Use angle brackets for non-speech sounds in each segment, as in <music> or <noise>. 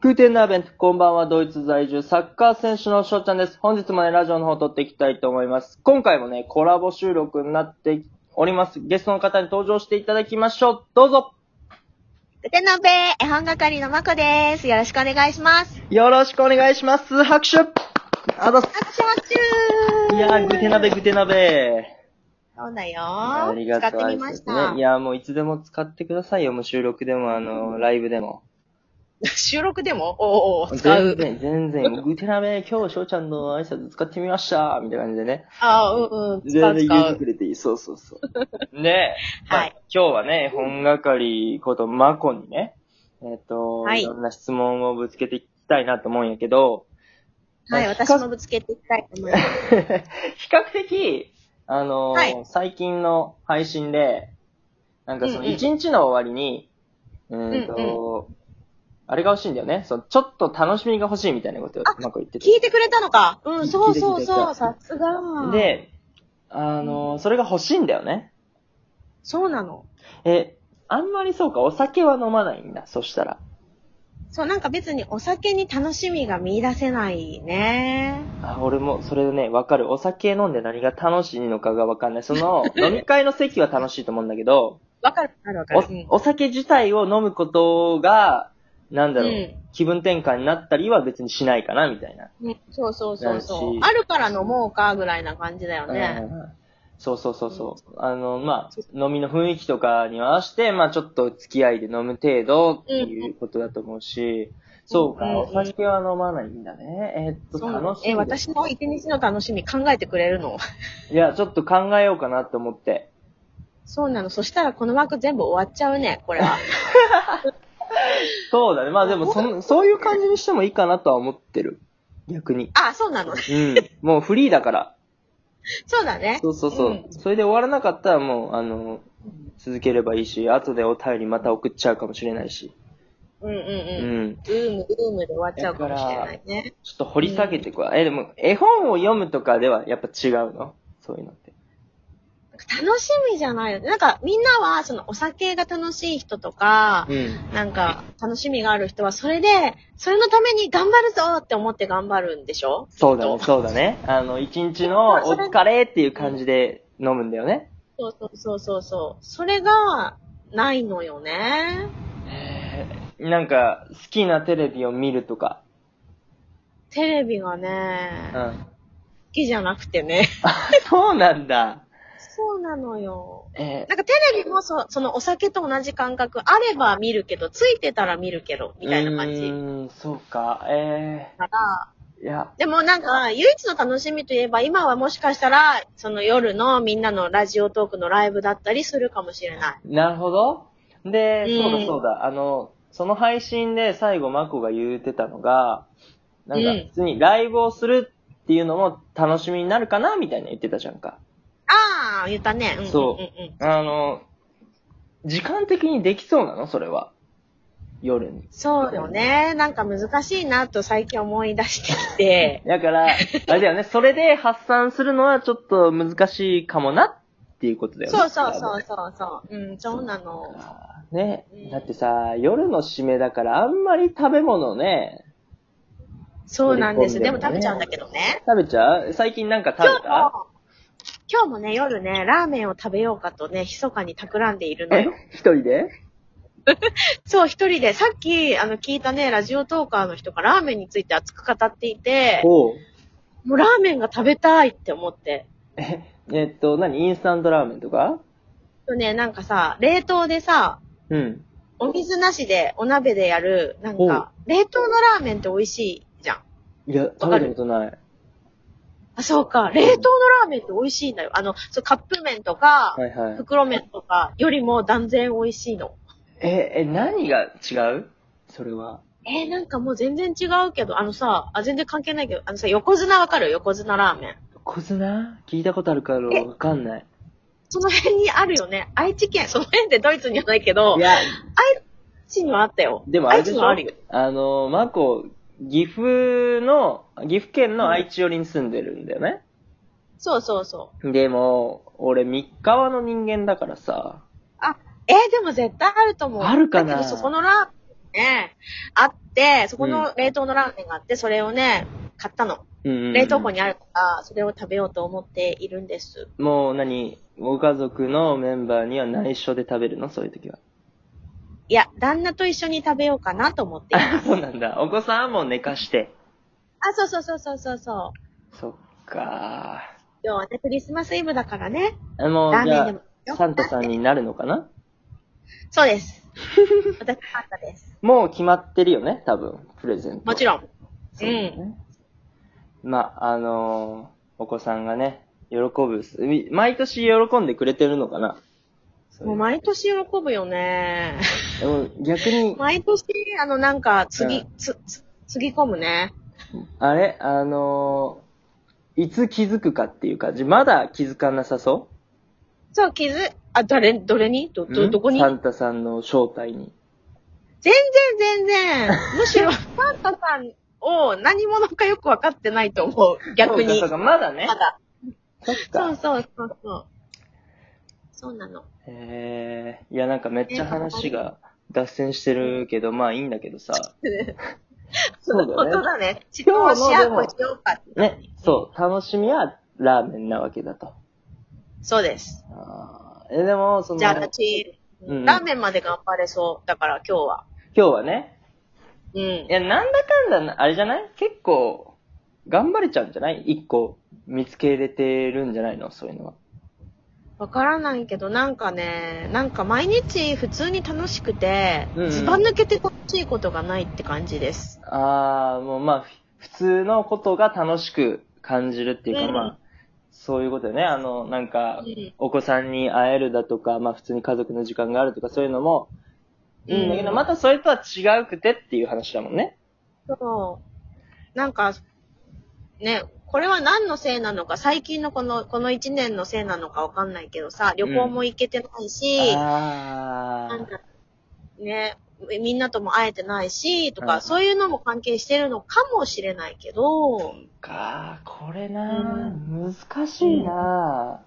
グーテンナーベント、こんばんは、ドイツ在住、サッカー選手の翔ちゃんです。本日もね、ラジオの方撮っていきたいと思います。今回もね、コラボ収録になっております。ゲストの方に登場していただきましょう。どうぞ腕のべ絵本係のまこです。よろしくお願いします。よろしくお願いします。拍手あざっす。拍手拍手いやー、グーテンナーベン、グーテンナーベそうだよありが使とうってみまし挨拶た。ねいやー、もういつでも使ってくださいよ。もう収録でも、あの、ライブでも。収録でもおうおうおう使全う。然、全然、もうグーテンナーベン、今日翔ちゃんの挨拶使ってみました。みたいな感じでね。ああ、うんうん。使全う然使言ってう。くれていい。そうそうそう。 <laughs> ねえ。はいまあ今日はね、本係ことマコにね、えっ、と、はいいろんな質問をぶつけていきたいなと思うんやけど、 <laughs> はい、まあ私もぶつけていきたいと思います。比較比較的、あのーはい最近の配信で、なんかそうんのうん一日の終わりに、うーんと、あれが欲しいんだよね。そのちょっと楽しみが欲しいみたいなことをあマコ言ってて。聞いてくれたのかうん、そうそ聞いうてくれそたう。さすが。、で、あのーそれが欲しいんだよね。そうなの。え、あんまりそうか、お酒は飲まないんだ、そしたら。そう、なんか別にお酒に楽しみが見出せないね。あ、俺も、それね、わかる。お酒飲んで何が楽しいのかがわかんない。そ <laughs> の、飲み会の席は楽しいと思うんだけど、わかるわかるわかる。うんお、お酒自体を飲むことが、なんだろう、うん気分転換になったりは別にしないかな、みたいな。ね、そうそうそうそうだし。あるから飲もうかぐらいな感じだよね。うんそうそうそうそう。あの、まあ、飲みの雰囲気とかに合わせて、まあ、ちょっと付き合いで飲む程度っていうことだと思うし、そうか、うんうんお酒は飲まないんだね。えーっと、そうなの楽しい。え、私の一日の楽しみ考えてくれ <laughs> るのいや、ちょっと考えようかなと思って。そうなの。そしたらこの枠全部終わっちゃうね、これ <laughs> は。そうだね。まあでもそん、そういう感じにしてもいいかなとは思ってる。逆に。あ、そうなの。うん。もうフリーだから。そうだね。そうそうそう。うんそれで終わらなかったらもう、あの、続ければいいし、後でお便りまた送っちゃうかもしれないし。うんうんううん。ん。ブーム、ブームで終わっちゃうかもしれないね。ちょっと掘り下げていくわ。え、でも、絵本を読むとかではやっぱ違うのそういうのって。楽しみじゃないよね。なんかみんなは、そのお酒が楽しい人とか、うん。なんか楽しみがある人は、それで、それのために頑張るぞって思って頑張るんでしょそうだね、きっとそうだね。あの、一日のお疲れっていう感じで飲むんだよね。そうそうそうそうそう。それが、ないのよね。なんか、好きなテレビを見るとか。テレビがうね、好 <laughs> ん。きじゃなくてね。そうなんだ。そうなのよ。えなんかテレビもそそのお酒と同じ感覚、あれば見るけど、ついてたら見るけど、ーみたいな感うじ。ーん、そうか。えから、ー、いや、でもなんか、唯一の楽しみといえば、今はもしかしたら、その夜のみんなのラジオトークのライブだったりするかもしれない。なるほど。で、うんそうだそうだ。あの、その配信で最後マコが言うてたのが、なんかうん普通にライブをするっていうのも楽しみになるかなみたいな言ってたじゃんか。あー、言ったね。うんうんうん、うん。そうあの、時間的にできそうなのそれは。夜に。。そうよね。なんか難しいなと最近思い出してきて <laughs> だ <laughs> から、あれだよね、それで発散するのはちょっと難しいかもなっていうことだよね。そうそうそうそうそう。うん、そうなの。ねうん、だってさ、夜の締めだからあんまり食べ物ね、そうなんです。取り込でんでもねも食べちゃうんだけどね。食べちゃう最近なんか食今べ日たも、今日もね、夜ね、ラーメンを食べようかとね、密かに企んでいるのえよ。一人でそう、一人で、さっき、あの、聞いたね、ラジオトーカーの人がラーメンについて熱く語っていて、おうもうラーメンが食べたいって思って。えっと、何インスタントラーメンとかとね、なんかさ、冷凍でさ、うん。お水なしでお鍋でやる、なんか、冷凍のラーメンって美味しいじゃん。いや、食べたことない。あ、そうか。冷凍のラーメンって美味しいんだよ。あの、そうカップ麺とか、はいはい。袋麺とかよりも断然美味しいの。え、え、何が違うそれは。えーなんかもう全然違うけど、あのさ、あ、全然関係ないけど、あのさ、横綱わかる横綱ラーメン。小綱聞いたことあるからわかんない。その辺にあるよね。愛知県、その辺ってドイツにはないけどい、や、愛知にはあったよ。でもあれ愛で知しにょはああるよ。の、マコ、岐阜の、岐阜県の愛知寄りに住んでるんだよね。そうそうそう。でも、俺、三河の人間だからさ、えーでも絶対あると思う。あるかなだけどそこのラーメンね、あっって、そこの冷凍のラーメンがあって、それをね、買ったの。うん冷凍庫に。にあるから、それを食べようと思っているんです。もう何ご家族のメンバーには内緒で食べるのそういう時は。 <laughs> いや、旦那と一緒に食べようかなと <laughs> 思っている。あそうなんだ。お子さんはもう寝かして。あ、そうそうそうそうそうそう。そっか今日はね、クリスマスイブだからね。ー。もう、ラーじメンでゃもあ、サンタさんになるのかなそう <laughs> です。私、パンタです。もう決まってるよね多分、プレゼント。もちろん。そうだね。まあ、あのーお子さんがね、喜ぶす。み毎年喜んでくれてるのかなそうもう毎年喜ぶよね。でも逆に、毎年、あの、なんか、つぎ、うんつ、つ、つぎ込むね。あれあのーいつ気づくかっていう感じ。まだ気づかなさそそう、傷、あ、誰、どれにど、うど、んどこにサンタさんの正体に。全然全 <laughs> 然。むしろ、サンタさんを何者かよくわかってないと思う。逆にそうかそう。かまだね。まだ。そっそうか。そうそうそう。そうなの。へえー、いやなんかめっちゃ話が脱線してるけど、まあいいんだけど <laughs> さ。そうだよ本ね当だね。自分をシェアコしようか。ね、そう、楽しみはラーメンなわけだと。そうです。あーえ、でも、その、じゃあ、今私、うんラーメンまで頑張れそう。だから今日は。日はね、うんい。や、なんだかんだな、あれじゃない結構、頑張れちゃうんじゃない一個見つけれてるんじゃないのそういうのは。わからないけど、なんかね、なんか毎日普通に楽しくてうんう、んずば抜けて楽しいことがないって感じです。あー、もうまあ、ふ普通のことが楽しく感じるっていうか、うんまあ、そういうことよね。あの、なんかうん、お子さんに会えるだとか、まあ普通に家族の時間があるとか、そういうのも、いいんだけど、うんまたそれとは違うくてっていう話だもんね。そう。なんか、ね、これは何のせいなのか、最近のこの、この一年のせいなのかわかんないけどさ、旅行も行けてないし、あなんー。か、ね、みんなとも会えてないし、とか、うんそういうのも関係してるのかもしれないけど、かー、これなー、難しいな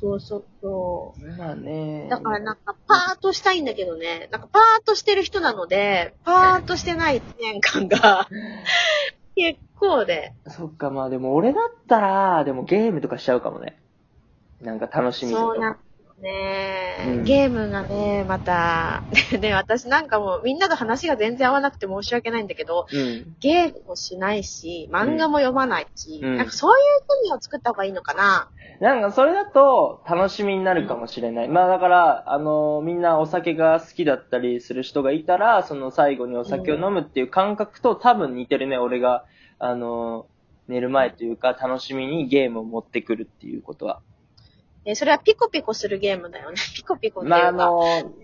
そうそうそー。まあねう。だからなんか、パーっとしたいんだけどね、なんかパーっとしてる人なので、パーっとしてない一年間 <laughs> が、結構で、そっか、まあでも俺だったら、でもゲームとかしちゃうかもね。なんか楽しみだとそうなんですね、うんゲームがね、また、 <laughs> ね、私なんかもうみんなと話が全然合わなくて申し訳ないんだけど、うん。ゲームもしないし、漫画も読まないし、うんなんかそういう趣味を作った方がいいのかな。なんかそれだと楽しみになるかもしれない。まあだから、あのみんなお酒が好きだったりする人がいたら、その最後にお酒を飲むっていう感覚と多分似てるね、俺が、あの寝る前というか楽しみにゲームを持ってくるっていうことは。えそれはピコピコするゲームだよね。 <laughs> ピコピコっていうまあか。あの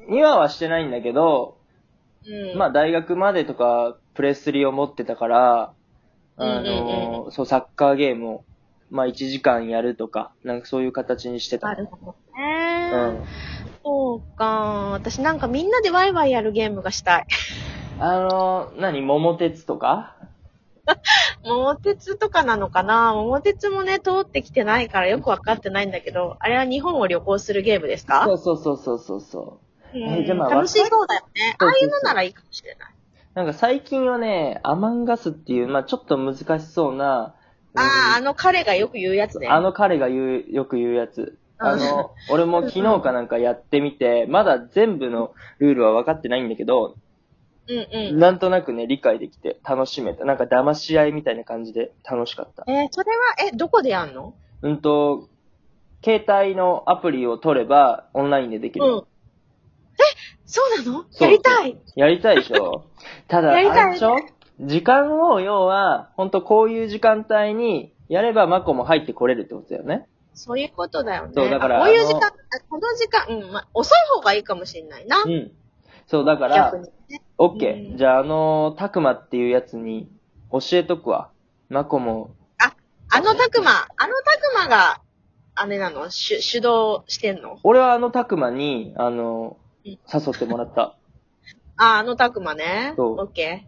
2話はしてないんだけど、うん、まあ大学までとかプレスリーを持ってたから、あうんの、そう、サッカーゲームを、まあ1時間やるとか、なんかそういう形にしてなた。るほどね、うん。そうか。私なんかみんなでワイワイやるゲームがしたい。 <laughs> あの、何桃鉄とか桃鉄とかなのかな桃鉄もね、通ってきてないからよくわかってないんだけど、あれは日本を旅行するゲームですかそうそうそうそうそうそう。うんえじゃあまあ楽しそうだよね。あそうそうそうあいうのならいいかもしれない。なんか最近はね、アマンガスっていう、まあちょっと難しそうな、うんああ、あの彼がよく言うやつね。あの彼が言う、よく言うやつ。あの、俺も昨日かなんかやってみて、まだ全部のルールは分かってないんだけど、うんうん。なんとなくね、理解できて楽しめた。なんか騙し合いみたいな感じで楽しかった。えーそれは、え、どこでやんのうんと、携帯のアプリを取ればオンラインでできる。うん。え、そうなのそうやりたいやりたいでし <laughs> ょただ、あやりたいれでしょ時間を、要は、ほんとこういう時間帯にやればマコも入ってこれるってことだよね。そういうことだよね。そうだからあこういうあの時間、あこの時間、うん、まあ、遅い方がいいかもしれないなう。ん。そう、だから逆、にね。オッケうー。んじゃあ、あの、たくまっていうやつに教えとくわ。マコも、あのたくま、あのたくまが、あれなの主、主導してんの俺はあのたくまに、あの、うん誘ってもらった。あ、あのたくまね。そうオッケ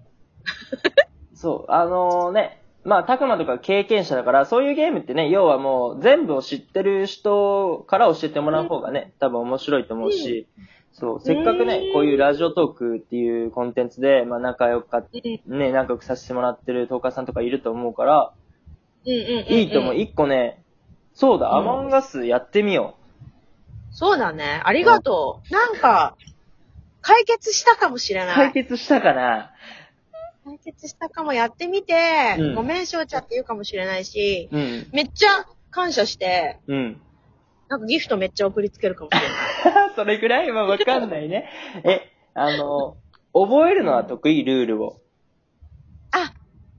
そう、あのね、まあ、たくまとか経験者だから、そういうゲームってね、要はもう全部を知ってる人から教えてもらう方がね、多分面白いと思うし、そう、せっかくね、こういうラジオトークっていうコンテンツで、まあ仲良かっうん。ね、仲良くさせてもらってるトーカーさんとかいると思うから、うんうんうん。いいと思う。い。一個ね、そうだ、うんアマンガスやってみよそうだね。ありがとう。なんか、解決したかもしれう。ない。解決したかな解決したかもやってみて、うんごめん、しょうちゃんって言うかもしれないし、うん。めっちゃ感謝して、うん。なんかギフトめっちゃ送りつけるかもしれない。 <laughs> それぐらいはわかんないね。 <laughs> え、あの、覚えるのは得意、ルールを。あ、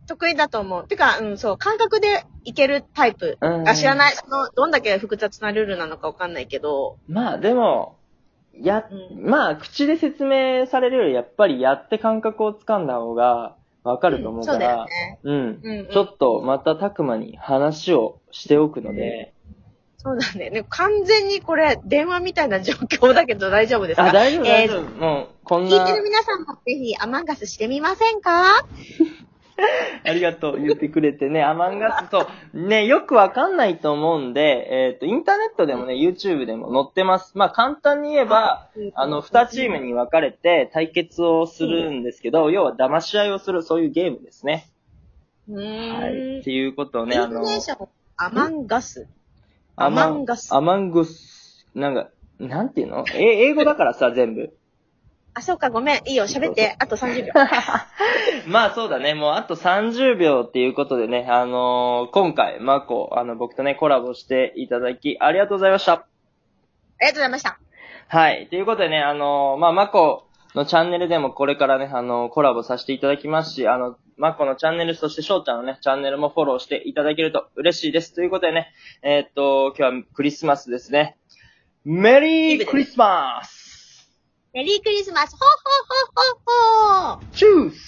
得意だと思う。てか、うん、そう、感覚でいけるタイプ。うんあ知らない。その、どんだけ複雑なルールなのかわかんないけど、まあでも、や、まあ口で説明されるより、やっぱりやって感覚をつかんだ方がわかると思うそかうだよら、ね。うん。うん、うん。ちょっとまたたくまに話をしておくので、そうだね。でも完全にこれ、電話みたいな状況だけど大丈夫ですかあ、大丈夫、え大ー丈夫。もう、こん聞い <laughs> てなる、皆さんもぜひアマンガスしてみませんかありがとう、言ってくれてね、アマンガスと、ね、よくわかんないと思うんで、えっ、と、インターネットでもね、YouTube でも載ってます。まあ、簡単に言えば、あの、二チームに分かれて対決をするんですけど、要は騙し合いをする、そういうゲームですね。うーん。はい。イっンていうことをトね、ネあの、ーション、アマンガス。アマアマンガスアマングス、なんか、なんていうのえ、英語だからさ、全部。あ、そうか、ごめん。いいよ、喋って。あと30秒。 <laughs> まあそうだね、もうあと30秒っていうことでね、あのー今回、マコ、あの、僕とね、コラボしていただき、ありがとうございました。ありがとうございました。はい。ということでね、あのーまあ、マコのチャンネルでもこれからね、あのーコラボさせていただきますし、あの、マコのチャンネル、そして翔ちゃんのね、チャンネルもフォローしていただけると嬉しいです。ということでね、えーっと、今日はクリスマスですね。メリークリスマスメリークリスマスほうほうほうほうほうチュース